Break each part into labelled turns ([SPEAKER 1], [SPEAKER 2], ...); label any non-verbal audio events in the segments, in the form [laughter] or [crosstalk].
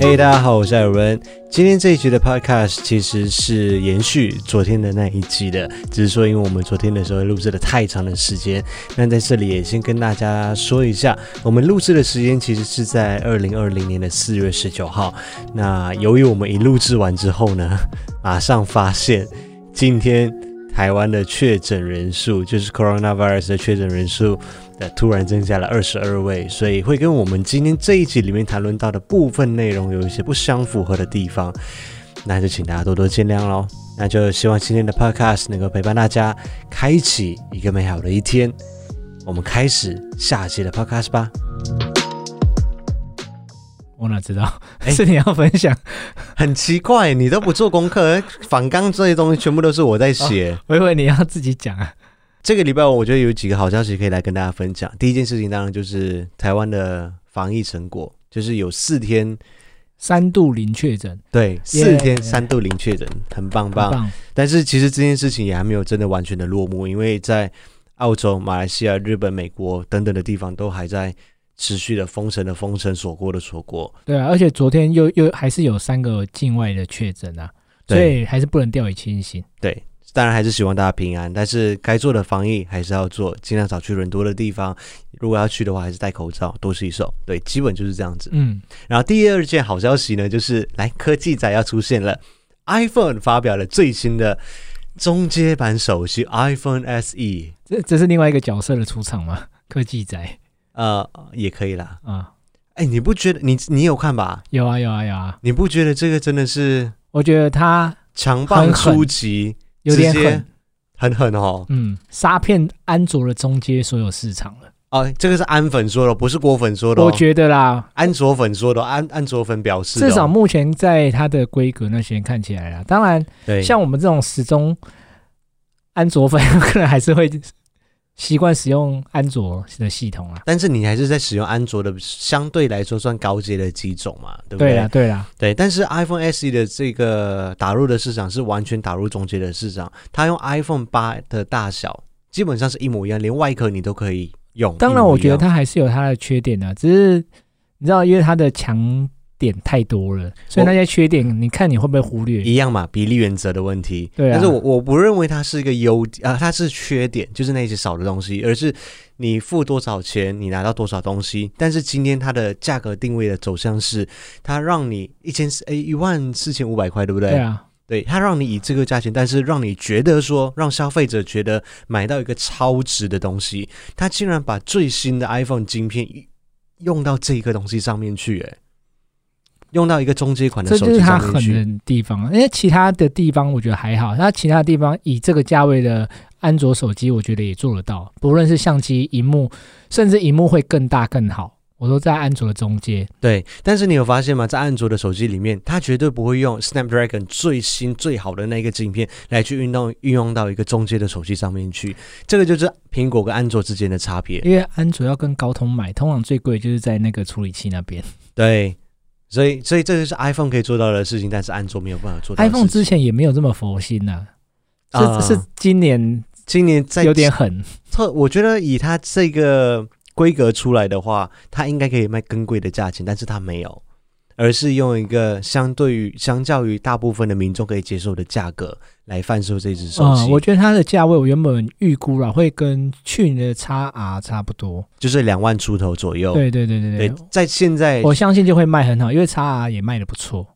[SPEAKER 1] 嘿、大家好，我是艾尔文。今天这一集的 Podcast 其实是延续昨天的那一集的，只是说因为我们昨天的时候录制了太长的时间，那在这里也先跟大家说一下，我们录制的时间其实是在二零二零年的四月十九号。那由于我们一录制完之后呢，马上发现今天台湾的确诊人数，就是 coronavirus 的确诊人数呃，突然增加了二十二位，所以会跟我们今天这一集里面谈论到的部分内容有一些不相符合的地方，那就请大家多多见谅喽。那就希望今天的 Podcast 能够陪伴大家，开启一个美好的一天。我们开始下集的 Podcast 吧。
[SPEAKER 2] 我哪知道？
[SPEAKER 1] 哎
[SPEAKER 2] [laughs] 是你要分享？
[SPEAKER 1] 很奇怪，你都不做功课，反纲这些东西全部都是我在 [laughs] 写。
[SPEAKER 2] 我以为你要自己讲啊。
[SPEAKER 1] 这个礼拜我觉得有几个好消息可以来跟大家分享。第一件事情当然就是台湾的防疫成果，就是有四天
[SPEAKER 2] 三度零确诊，
[SPEAKER 1] 对，
[SPEAKER 2] 耶
[SPEAKER 1] 四天三度零确诊，很棒
[SPEAKER 2] 很
[SPEAKER 1] 棒。
[SPEAKER 2] 棒，
[SPEAKER 1] 但是其实这件事情也还没有真的完全的落幕，因为在澳洲、马来西亚、日本、美国等等的地方都还在持续的封城的封城，锁国的锁国。
[SPEAKER 2] 对啊，而且昨天又又还是有三个境外的确诊啊，所
[SPEAKER 1] 对
[SPEAKER 2] 以还是不能掉以轻心。
[SPEAKER 1] 对，当然还是希望大家平安，但是该做的防疫还是要做，尽量少去人多的地方。如果要去的话，还是戴口罩，多洗手。对，基本就是这样子。
[SPEAKER 2] 嗯，
[SPEAKER 1] 然后第二件好消息呢，就是来科技仔要出现了，iPhone 发表了最新的中阶版手机 iPhone E SE，
[SPEAKER 2] 这这是另外一个角色的出场吗？科技仔
[SPEAKER 1] 呃，也可以啦。
[SPEAKER 2] 啊，
[SPEAKER 1] 哎，你不觉得你你有看吧？
[SPEAKER 2] 有啊有啊有啊，
[SPEAKER 1] 你不觉得这个真的是
[SPEAKER 2] 我觉得他
[SPEAKER 1] 强棒
[SPEAKER 2] 很狠
[SPEAKER 1] 出击，
[SPEAKER 2] 有点
[SPEAKER 1] 直接
[SPEAKER 2] 狠，
[SPEAKER 1] 很狠哦？
[SPEAKER 2] 嗯，杀骗安卓的中阶所有市场了，
[SPEAKER 1] 哦，这个是安粉说的，不是果粉说的、哦。
[SPEAKER 2] 我觉得啦，
[SPEAKER 1] 安卓粉说的，安安卓粉表示的哦、
[SPEAKER 2] 至少目前在它的规格那些看起来啦，当然。
[SPEAKER 1] 对
[SPEAKER 2] 像我们这种始终安卓粉， [laughs] 可能还是会习惯使用安卓的系统啊啦。
[SPEAKER 1] 但是你还是在使用安卓的，相对来说算高阶的几种嘛，对不
[SPEAKER 2] 对
[SPEAKER 1] 对？
[SPEAKER 2] 啦，对啦，
[SPEAKER 1] 对，但是 iPhone SE 的这个打入的市场是完全打入中间的市场，它用 iPhone 八的大小基本上是一模一样，连外壳你都可以用。
[SPEAKER 2] 当
[SPEAKER 1] 一
[SPEAKER 2] 然，
[SPEAKER 1] 模
[SPEAKER 2] 我觉得
[SPEAKER 1] 一样
[SPEAKER 2] 它还是有它的缺点的，只是你知道，因为它的强点太多了，所以那些缺点，你看你会不会忽略？
[SPEAKER 1] 一样嘛，比例原则的问题。
[SPEAKER 2] 对啊
[SPEAKER 1] 但是我我不认为它是一个优啊、它是缺点，就是那些少的东西，而是你付多少钱，你拿到多少东西。但是今天它的价格定位的走向是，它让你一千四哎诶一万四千五百块，对不对？
[SPEAKER 2] 对啊，
[SPEAKER 1] 对，它让你以这个价钱，但是让你觉得说，让消费者觉得买到一个超值的东西，它竟然把最新的 iPhone 晶片一用到这个东西上面去，哎，用到一个中阶款的
[SPEAKER 2] 这
[SPEAKER 1] 手
[SPEAKER 2] 就是
[SPEAKER 1] 机
[SPEAKER 2] 它
[SPEAKER 1] 上面
[SPEAKER 2] 狠
[SPEAKER 1] 去，
[SPEAKER 2] 的地方。因为其他的地方我觉得还好，它其他地方以这个价位的安卓手机，我觉得也做得到，不论是相机、荧幕，甚至荧幕会更大更好。我说在安卓的中间，
[SPEAKER 1] 对。但是你有发现吗？在安卓的手机里面，它绝对不会用 Snapdragon 最新最好的那个晶片来去运动运用到一个中阶的手机上面去，这个就是苹果跟安卓之间的差别。
[SPEAKER 2] 因为安卓要跟高通买，通常最贵就是在那个处理器那边。
[SPEAKER 1] 对，所以所以这就是 iPhone 可以做到的事情，但是安卓没有办法做到的事情。
[SPEAKER 2] iPhone 之前也没有这么佛心呐、
[SPEAKER 1] 啊
[SPEAKER 2] 是是今年
[SPEAKER 1] 今年在
[SPEAKER 2] 有点狠，
[SPEAKER 1] 特，我觉得以它这个规格出来的话，它应该可以卖更贵的价钱，但是它没有，而是用一个相对于相较于大部分的民众可以接受的价格来贩售这只手机，
[SPEAKER 2] 嗯，我觉得它的价位我原本预估了会跟去年的 x R 差不多，
[SPEAKER 1] 就是两万出头左右。
[SPEAKER 2] 对对对哦对
[SPEAKER 1] 对，在现在
[SPEAKER 2] 我相信就会卖很好，因为 x R 也卖的不错，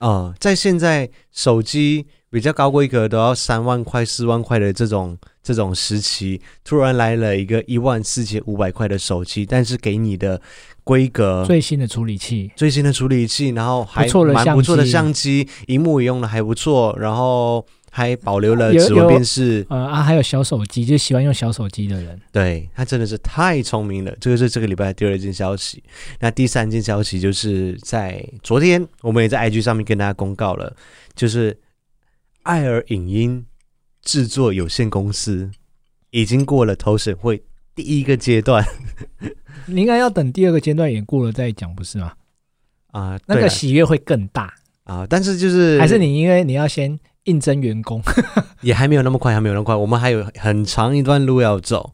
[SPEAKER 1] 呃，在现在手机比较高规格都要三万块、四万块的这种这种时期，突然来了一个一万四千五百块的手机，但是给你的规格
[SPEAKER 2] 最新的处理器，
[SPEAKER 1] 最新的处理器，然后还
[SPEAKER 2] 不错的
[SPEAKER 1] 蛮不错的相
[SPEAKER 2] 相
[SPEAKER 1] 机，荧幕也用的还不错，然后还保留了
[SPEAKER 2] 有
[SPEAKER 1] 指纹
[SPEAKER 2] 有
[SPEAKER 1] 辨识。
[SPEAKER 2] 呃啊，还有小手机，就喜欢用小手机的人，
[SPEAKER 1] 对他真的是太聪明了，这个是这个礼拜的第二件消息。那第三件消息就是在昨天，我们也在 IG 上面跟大家公告了，就是爱尔影音制作有限公司已经过了投审会第一个阶段
[SPEAKER 2] 你应该要等第二个阶段也过了再讲，不是吗？
[SPEAKER 1] 啊、
[SPEAKER 2] 那个
[SPEAKER 1] 对了
[SPEAKER 2] 喜悦会更大，
[SPEAKER 1] 啊、但是就是
[SPEAKER 2] 还是你因为你要先应征员工，
[SPEAKER 1] 也还没有那么快，还没有那么快，我们还有很长一段路要走。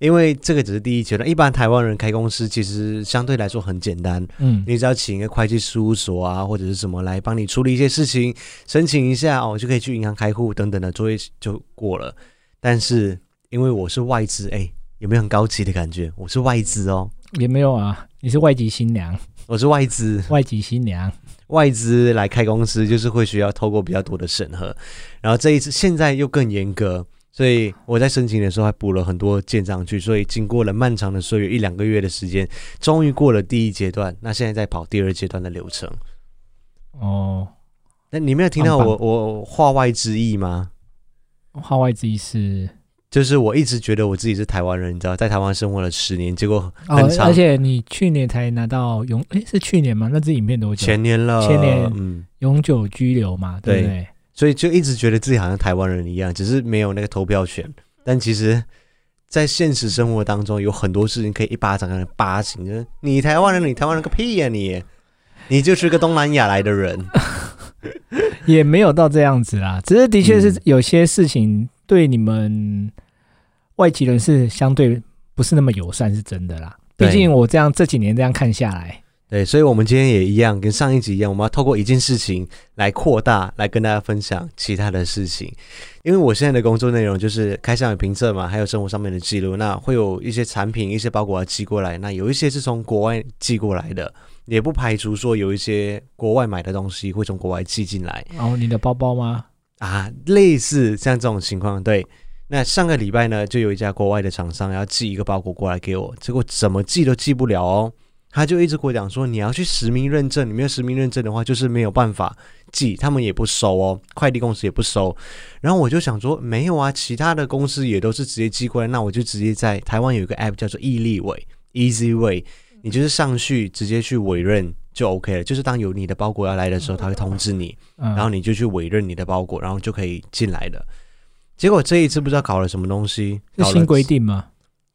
[SPEAKER 1] 因为这个只是第一阶段。一般台湾人开公司其实相对来说很简单，
[SPEAKER 2] 嗯，
[SPEAKER 1] 你只要请一个会计事务所啊，或者是什么来帮你处理一些事情，申请一下哦，就可以去银行开户等等的作业就过了。但是因为我是外资，哎，有没有很高级的感觉？我是外资哦，
[SPEAKER 2] 也没有啊，你是外籍新
[SPEAKER 1] [laughs]
[SPEAKER 2] 娘，
[SPEAKER 1] 我是外资，
[SPEAKER 2] 外籍新娘，
[SPEAKER 1] 外资来开公司就是会需要透过比较多的审核，然后这一次现在又更严格。所以我在申请的时候还补了很多件上去，所以经过了漫长的岁月，一两个月的时间，终于过了第一阶段。那现在在跑第二阶段的流程。
[SPEAKER 2] 哦，
[SPEAKER 1] 那你没有听到
[SPEAKER 2] 棒棒
[SPEAKER 1] 我我话外之意吗？
[SPEAKER 2] 话外之意是，
[SPEAKER 1] 就是我一直觉得我自己是台湾人，你知道，在台湾生活了十年，结果
[SPEAKER 2] 哦
[SPEAKER 1] 很，长
[SPEAKER 2] 而且你去年才拿到永，诶，是去年吗？那支影片多久？
[SPEAKER 1] 前年了，
[SPEAKER 2] 前年
[SPEAKER 1] 嗯，
[SPEAKER 2] 永久居留嘛，对不
[SPEAKER 1] 对
[SPEAKER 2] 对？
[SPEAKER 1] 所以就一直觉得自己好像台湾人一样，只是没有那个投票权。但其实，在现实生活当中，有很多事情可以一巴掌给人扒醒，就是你台湾人，你台湾人个屁呀、你，你就是个东南亚来的人。
[SPEAKER 2] 也没有到这样子啦，只是的确是
[SPEAKER 1] 嗯
[SPEAKER 2] 有些事情对你们外籍人是相对不是那么友善，是真的啦。
[SPEAKER 1] 对
[SPEAKER 2] 毕竟我这样这几年这样看下来，
[SPEAKER 1] 对，所以，我们今天也一样，跟上一集一样，我们要透过一件事情来扩大，来跟大家分享其他的事情。因为我现在的工作内容就是开箱与评测嘛，还有生活上面的记录。那会有一些产品、一些包裹要寄过来，那有一些是从国外寄过来的，也不排除说有一些国外买的东西会从国外寄进来
[SPEAKER 2] 然后哦你的包包吗？
[SPEAKER 1] 啊，类似像这种情况。对，那上个礼拜呢，就有一家国外的厂商要寄一个包裹过来给我，结果怎么寄都寄不了哦。他就一直跟我讲说，你要去实名认证，你没有实名认证的话，就是没有办法寄，他们也不收哦，快递公司也不收。然后我就想说，没有啊，其他的公司也都是直接寄过来，那我就直接在台湾有一个 app 叫做易立伟 （Easy Way），你就是上去直接去委任就 OK 了，就是当有你的包裹要来的时候，他会通知你。
[SPEAKER 2] 嗯，
[SPEAKER 1] 然后你就去委任你的包裹，然后就可以进来了。结果这一次不知道搞了什么东西，
[SPEAKER 2] 是
[SPEAKER 1] 搞了
[SPEAKER 2] 新规，定吗？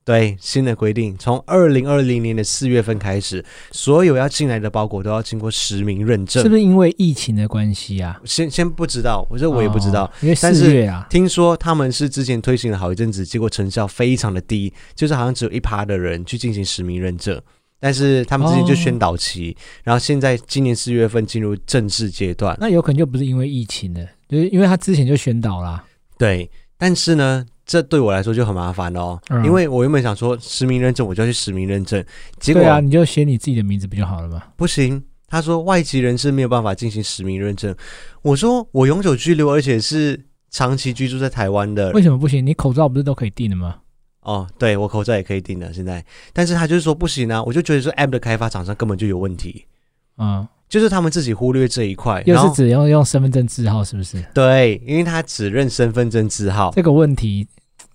[SPEAKER 1] 对新的规定，从二零二零年的四月份开始，所有要进来的包裹都要经过实名认证。
[SPEAKER 2] 是不是因为疫情的关系啊？
[SPEAKER 1] 先先不知道，我这我也不知道。
[SPEAKER 2] 哦，因为
[SPEAKER 1] 但是
[SPEAKER 2] 四月啊，
[SPEAKER 1] 听说他们是之前推行了好一阵子，结果成效非常的低，就是好像只有一趴的人去进行实名认证。但是他们之前就
[SPEAKER 2] 哦
[SPEAKER 1] 宣导期，然后现在今年四月份进入正式阶段，
[SPEAKER 2] 那有可能就不是因为疫情的，就是因为他之前就宣导啦。
[SPEAKER 1] 对，但是呢，这对我来说就很麻烦哦，
[SPEAKER 2] 嗯
[SPEAKER 1] 因为我原本想说实名认证，我就要去实名认证，结果
[SPEAKER 2] 对啊，你就写你自己的名字不就好了吗？
[SPEAKER 1] 不行。他说外籍人士没有办法进行实名认证，我说我永久居留，而且是长期居住在台湾的
[SPEAKER 2] 为什么不行？你口罩不是都可以订的吗？
[SPEAKER 1] 哦，对我口罩也可以订了现在，但是他就是说不行啊，我就觉得说 App 的开发厂商根本就有问题，
[SPEAKER 2] 嗯，
[SPEAKER 1] 就是他们自己忽略这一块，
[SPEAKER 2] 又
[SPEAKER 1] 然
[SPEAKER 2] 是
[SPEAKER 1] 后哦
[SPEAKER 2] 只用用身份证字号，是不是？
[SPEAKER 1] 对，因为他只认身份证字号，
[SPEAKER 2] 这个问题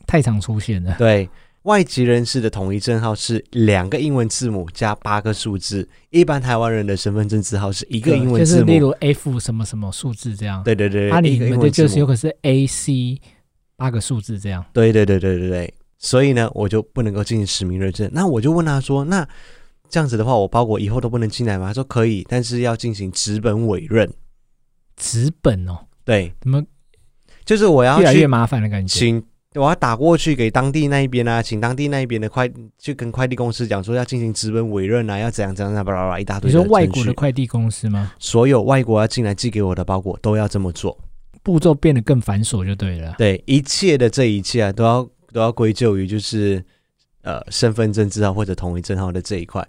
[SPEAKER 2] 太常出现了。
[SPEAKER 1] 对，外籍人士的统一证号是两个英文字母加八个数字，一般台湾人的身份证字号是一个英文
[SPEAKER 2] 就
[SPEAKER 1] 字
[SPEAKER 2] 是
[SPEAKER 1] 母。
[SPEAKER 2] 例如 F 什么什么数字这样，
[SPEAKER 1] 对对对，
[SPEAKER 2] 啊，
[SPEAKER 1] 一
[SPEAKER 2] 你
[SPEAKER 1] 个
[SPEAKER 2] 们
[SPEAKER 1] 英
[SPEAKER 2] 的
[SPEAKER 1] 文字
[SPEAKER 2] 就是有
[SPEAKER 1] 母。
[SPEAKER 2] 可能是 A C 八个数字这样，
[SPEAKER 1] 对对对对对对，所以呢，我就不能够进行实名认证。那我就问他说，那这样子的话，我包裹以后都不能进来吗？他说可以，但是要进行纸本委任。
[SPEAKER 2] 纸本哦，
[SPEAKER 1] 对，
[SPEAKER 2] 怎么
[SPEAKER 1] 就是我要
[SPEAKER 2] 越来
[SPEAKER 1] 去
[SPEAKER 2] 越麻烦的感觉？
[SPEAKER 1] 请我要打过去给当地那一边啊，请当地那一边的快去跟快递公司讲说要进行纸本委任啊，要怎样怎样啊，巴拉巴拉一大堆
[SPEAKER 2] 你
[SPEAKER 1] 程
[SPEAKER 2] 说
[SPEAKER 1] 序。
[SPEAKER 2] 外国的快递公司吗？
[SPEAKER 1] 所有外国要进来寄给我的包裹都要这么做。
[SPEAKER 2] 步骤变得更繁琐就对了。
[SPEAKER 1] 对，一切的这一切啊，都要都要归咎于就是呃身份证字号或者同一证号的这一块。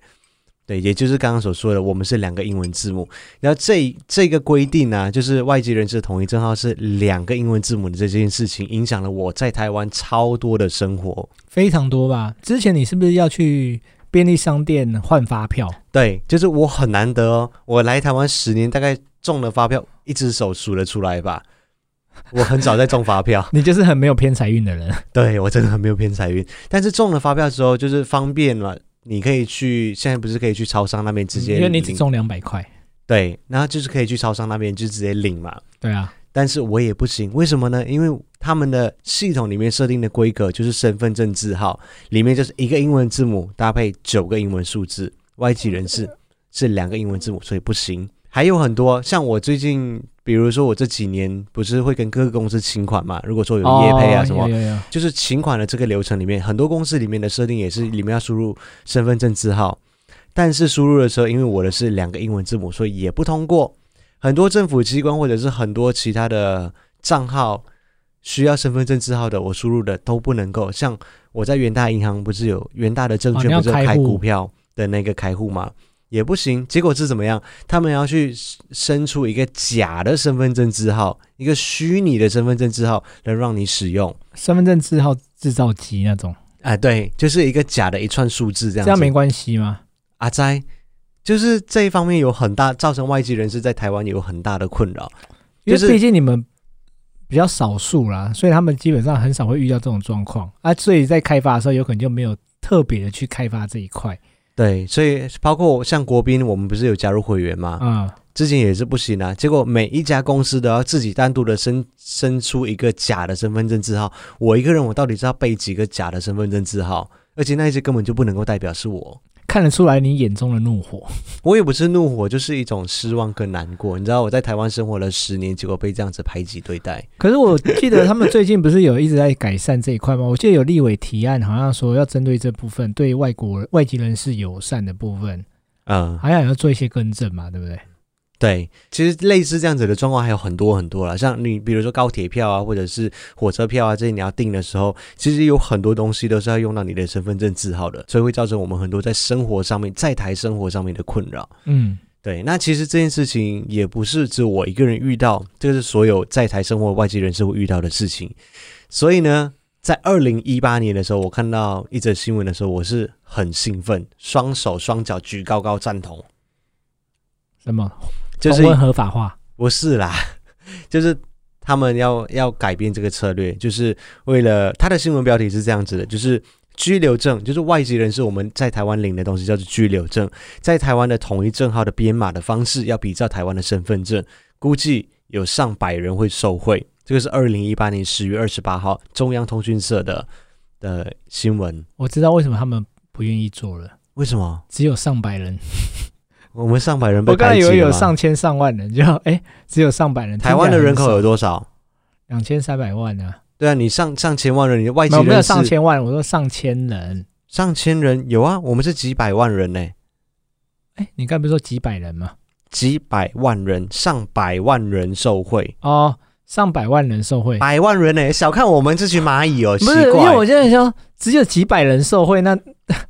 [SPEAKER 1] 对，也就是刚刚所说的，我们是两个英文字母。然后这这个规定呢、就是外籍人士的统一证号是两个英文字母的这件事情，影响了我在台湾超多的生活。
[SPEAKER 2] 非常多吧？之前你是不是要去便利商店换发票？
[SPEAKER 1] 对，就是我很难得哦，我来台湾十年，大概中了发票一只手数得出来吧。我很少在中发票，
[SPEAKER 2] 你就是很没有偏财运的人。
[SPEAKER 1] 对我真的很没有偏财运，但是中了发票之后，就是方便了，你可以去现在不是可以去超商那边直接
[SPEAKER 2] 嗯因
[SPEAKER 1] 领，
[SPEAKER 2] 为你只中两百块。
[SPEAKER 1] 对，然后就是可以去超商那边就直接领嘛。
[SPEAKER 2] 对啊，
[SPEAKER 1] 但是我也不行，为什么呢？因为他们的系统里面设定的规格就是身份证字号里面就是一个英文字母搭配九个英文数字，
[SPEAKER 2] [laughs]
[SPEAKER 1] 外籍人士是两个英文字母，所以不行。还有很多像我最近比如说我这几年不是会跟各个公司请款嘛，如果说有业配啊
[SPEAKER 2] 哦
[SPEAKER 1] 什么，
[SPEAKER 2] 有有有
[SPEAKER 1] 就是请款的这个流程里面，很多公司里面的设定也是里面要输入身份证字号，但是输入的时候，因为我的是两个英文字母，所以也不通过。很多政府机关或者是很多其他的账号需要身份证字号的，我输入的都不能够。像我在元大银行不是有元大的证
[SPEAKER 2] 哦你
[SPEAKER 1] 券
[SPEAKER 2] 要
[SPEAKER 1] 不是有
[SPEAKER 2] 开
[SPEAKER 1] 开
[SPEAKER 2] 户
[SPEAKER 1] 股票的那个开户吗？也不行，结果是怎么样？他们要去生出一个假的身份证字号，一个虚拟的身份证字号来让你使用。
[SPEAKER 2] 身份证字号制造机那种，
[SPEAKER 1] 啊，对，就是一个假的一串数字这样
[SPEAKER 2] 这
[SPEAKER 1] 子。
[SPEAKER 2] 样没关系吗？
[SPEAKER 1] 阿斋，就是这一方面有很大造成外籍人士在台湾有很大的困扰。
[SPEAKER 2] 因
[SPEAKER 1] 就
[SPEAKER 2] 为
[SPEAKER 1] 是
[SPEAKER 2] 毕竟你们比较少数啦，所以他们基本上很少会遇到这种状况啊，所以在开发的时候有可能就没有特别的去开发这一块
[SPEAKER 1] 对，所以包括像国宾，我们不是有加入会员吗？
[SPEAKER 2] 啊、
[SPEAKER 1] 之前也是不行啊。结果每一家公司都要自己单独的生生出一个假的身份证字号。我一个人，我到底是要背几个假的身份证字号？而且那一些根本就不能够代表是我。
[SPEAKER 2] 看得出来你眼中的怒火。
[SPEAKER 1] 我也不是怒火，就是一种失望跟难过。你知道我在台湾生活了十年，结果被这样子排挤对待。
[SPEAKER 2] 可是我记得他们最近不是有一直在改善这一块吗？ [laughs] 我记得有立委提案，好像说要针对这部分对外国外籍人士友善的部分，
[SPEAKER 1] 嗯，
[SPEAKER 2] 好像也要做一些更正嘛，对不对？
[SPEAKER 1] 对，其实类似这样子的状况还有很多很多啦，像你比如说高铁票啊，或者是火车票啊，这些你要订的时候，其实有很多东西都是要用到你的身份证字号的，所以会造成我们很多在生活上面，在台生活上面的困扰。
[SPEAKER 2] 嗯，
[SPEAKER 1] 对，那其实这件事情也不是只有我一个人遇到，这个是所有在台生活的外籍人士会遇到的事情。所以呢，在二零一八年的时候，我看到一则新闻的时候，我是很兴奋，双手双脚举高高赞同，
[SPEAKER 2] 什么
[SPEAKER 1] 就是
[SPEAKER 2] 同婚合法化？
[SPEAKER 1] 不是啦， [laughs] 就是他们要要改变这个策略，就是为了他的新闻标题是这样子的，就是居留证，就是外籍人士我们在台湾领的东西叫做居留证，在台湾的统一证号的编码的方式要比照台湾的身份证，估计有上百人会受贿。这个是二零一八年十月二十八号中央通讯社的的新闻。
[SPEAKER 2] 我知道为什么他们不愿意做了，
[SPEAKER 1] 为什么
[SPEAKER 2] 只有上百人。
[SPEAKER 1] 我们上百人被
[SPEAKER 2] 我刚才
[SPEAKER 1] 排
[SPEAKER 2] 以
[SPEAKER 1] 挤
[SPEAKER 2] 为
[SPEAKER 1] 了
[SPEAKER 2] 有
[SPEAKER 1] 吗
[SPEAKER 2] 上千上万人，就哎、只有上百人。
[SPEAKER 1] 台湾的人口有多少？
[SPEAKER 2] 两千三百万呢、
[SPEAKER 1] 对啊，你上上千万人，你的外
[SPEAKER 2] 啊，
[SPEAKER 1] 籍
[SPEAKER 2] 没有
[SPEAKER 1] 人
[SPEAKER 2] 没有
[SPEAKER 1] 士
[SPEAKER 2] 上千万，我说上千人。
[SPEAKER 1] 上千人有啊，我们是几百万人呢、
[SPEAKER 2] 哎、你刚才不是说几百人吗？
[SPEAKER 1] 几百万人，上百万人受贿，
[SPEAKER 2] 哦，上百万人受贿，
[SPEAKER 1] 百万人呢、小看我们这群蚂蚁哦，奇
[SPEAKER 2] 不是？因为
[SPEAKER 1] 怪
[SPEAKER 2] 我。现在想，只有几百人受贿，那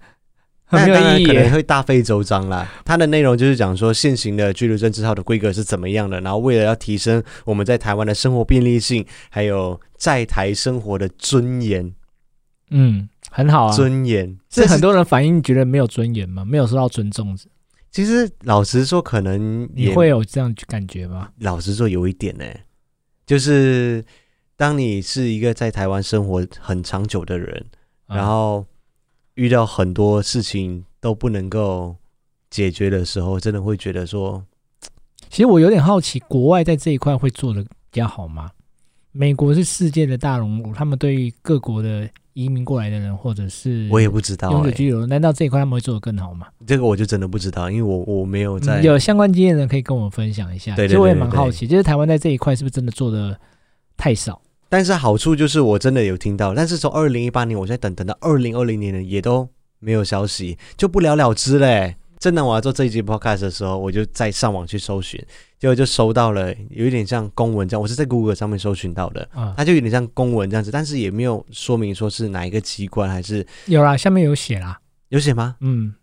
[SPEAKER 2] [laughs] 很
[SPEAKER 1] 那
[SPEAKER 2] 没
[SPEAKER 1] 当
[SPEAKER 2] 有
[SPEAKER 1] 然
[SPEAKER 2] 意义
[SPEAKER 1] 可能
[SPEAKER 2] 耶。
[SPEAKER 1] 会大费周章啦。它的内容就是讲说现行的居留证字号的规格是怎么样的，然后为了要提升我们在台湾的生活便利性，还有在台生活的尊严，
[SPEAKER 2] 嗯，很好啊。
[SPEAKER 1] 尊严
[SPEAKER 2] 是
[SPEAKER 1] 这
[SPEAKER 2] 很多人反映觉得没有尊严吗？没有受到尊重，
[SPEAKER 1] 其实老实说，可能
[SPEAKER 2] 你
[SPEAKER 1] 也
[SPEAKER 2] 会有这样感觉吗？
[SPEAKER 1] 老实说有一点呢、就是当你是一个在台湾生活很长久的人，
[SPEAKER 2] 嗯
[SPEAKER 1] 然后遇到很多事情都不能够解决的时候，真的会觉得说，
[SPEAKER 2] 其实我有点好奇，国外在这一块会做的比较好吗？美国是世界的大熔炉，他们对于各国的移民过来的人，或者是
[SPEAKER 1] 我也不知道、
[SPEAKER 2] 永久
[SPEAKER 1] 欸，
[SPEAKER 2] 居留，难道这一块他们会做得更好吗？
[SPEAKER 1] 这个我就真的不知道，因为我我没有在，
[SPEAKER 2] 嗯有相关经验的人可以跟我分享一下。
[SPEAKER 1] 对对
[SPEAKER 2] 其实我也
[SPEAKER 1] 对对
[SPEAKER 2] 蛮好奇，就是台湾在这一块是不是真的做的太少？
[SPEAKER 1] 但是好处就是我真的有听到，但是从二零一八年我在等等到二零二零年了，也都没有消息，就不了了之嘞、正当我要做这一集 podcast 的时候，我就在上网去搜寻，结果就搜到了有一点像公文这样，我是在 Google 上面搜寻到的，
[SPEAKER 2] 啊、
[SPEAKER 1] 它就有点像公文这样子，但是也没有说明说是哪一个机关还是
[SPEAKER 2] 有啦，下面有写啦，
[SPEAKER 1] 有写吗？
[SPEAKER 2] 嗯，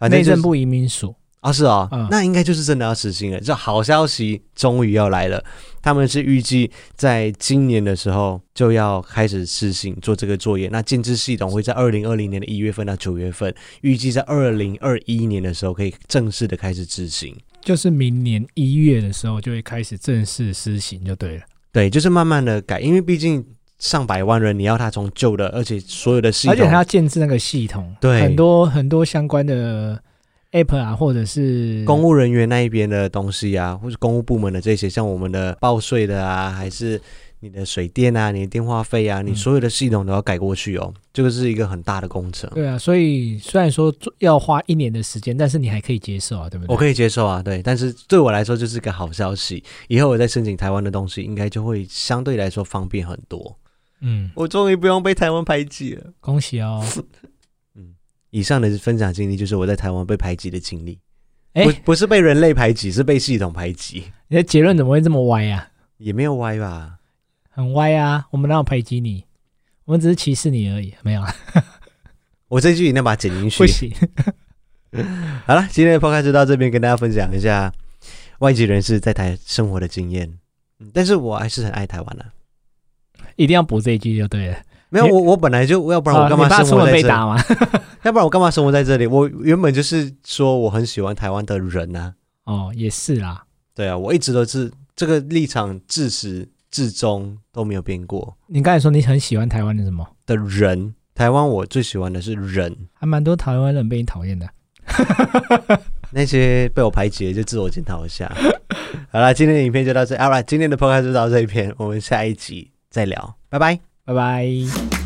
[SPEAKER 1] 反正
[SPEAKER 2] 内
[SPEAKER 1] 就是
[SPEAKER 2] 政部移民署，
[SPEAKER 1] 啊，是哦，
[SPEAKER 2] 嗯
[SPEAKER 1] 那应该就是真的要实行了。这好消息终于要来了，他们是预计在今年的时候就要开始实行做这个作业。那建制系统会在二零二零年的一月份到九月份，预计在二零二一年的时候可以正式的开始执行。
[SPEAKER 2] 就是明年一月的时候就会开始正式施行，就对了。
[SPEAKER 1] 对，就是慢慢的改，因为毕竟上百万人，你要他从旧的，而且所有的系
[SPEAKER 2] 而且还要
[SPEAKER 1] 统、
[SPEAKER 2] 建制那个系统，
[SPEAKER 1] 对
[SPEAKER 2] 很多很多相关的 app 啊，或者是
[SPEAKER 1] 公务人员那一边的东西啊，或者公务部门的这些，像我们的报税的啊，还是你的水电啊、你的电话费啊，你所有的系统都要改过去哦。这个是一个很大的工程，
[SPEAKER 2] 对啊，所以虽然说做要花一年的时间，但是你还可以接受啊，对不对？
[SPEAKER 1] 我可以接受啊，对。但是对我来说就是个好消息，以后我在申请台湾的东西，应该就会相对来说方便很多。
[SPEAKER 2] 嗯，
[SPEAKER 1] 我终于不用被台湾排挤了。
[SPEAKER 2] 恭喜哦。
[SPEAKER 1] 以上的分享经历就是我在台湾被排挤的经历，
[SPEAKER 2] 哎
[SPEAKER 1] 不，不是被人类排挤，是被系统排挤，
[SPEAKER 2] 你的结论怎么会这么歪啊？
[SPEAKER 1] 也没有歪吧？
[SPEAKER 2] 很歪啊！我们哪有排挤你？我们只是歧视你而已，没有啊，
[SPEAKER 1] 我这句一定要把它剪进去
[SPEAKER 2] 不。行。 [laughs]
[SPEAKER 1] 好了，今天的 podcast 就到这边，跟大家分享一下外籍人士在台生活的经验。嗯，但是我还是很爱台湾的、啊
[SPEAKER 2] 一定要补这一句就对了。
[SPEAKER 1] 没有，我我本来就，要不然我
[SPEAKER 2] 啊
[SPEAKER 1] 干
[SPEAKER 2] 你
[SPEAKER 1] 嘛
[SPEAKER 2] 爸
[SPEAKER 1] 生
[SPEAKER 2] 出
[SPEAKER 1] 活
[SPEAKER 2] 门
[SPEAKER 1] 在
[SPEAKER 2] 被
[SPEAKER 1] 这里？
[SPEAKER 2] 打吗？
[SPEAKER 1] 要不然我干嘛生活在这里？我原本就是说我很喜欢台湾的人啊。
[SPEAKER 2] 哦，也是啦。
[SPEAKER 1] 对啊，我一直都是这个立场，自始至终都没有变过
[SPEAKER 2] 你刚才说你很喜欢台湾的什么？
[SPEAKER 1] 的人。台湾我最喜欢的是人，
[SPEAKER 2] 还蛮多台湾人被你讨厌的。
[SPEAKER 1] 那些被我排挤的就自我检讨
[SPEAKER 2] [laughs]
[SPEAKER 1] 一下。好啦，今天的影片就到这，好啦，今天的 podcast 就到这一篇，我们下一集再聊，拜拜。
[SPEAKER 2] 拜拜。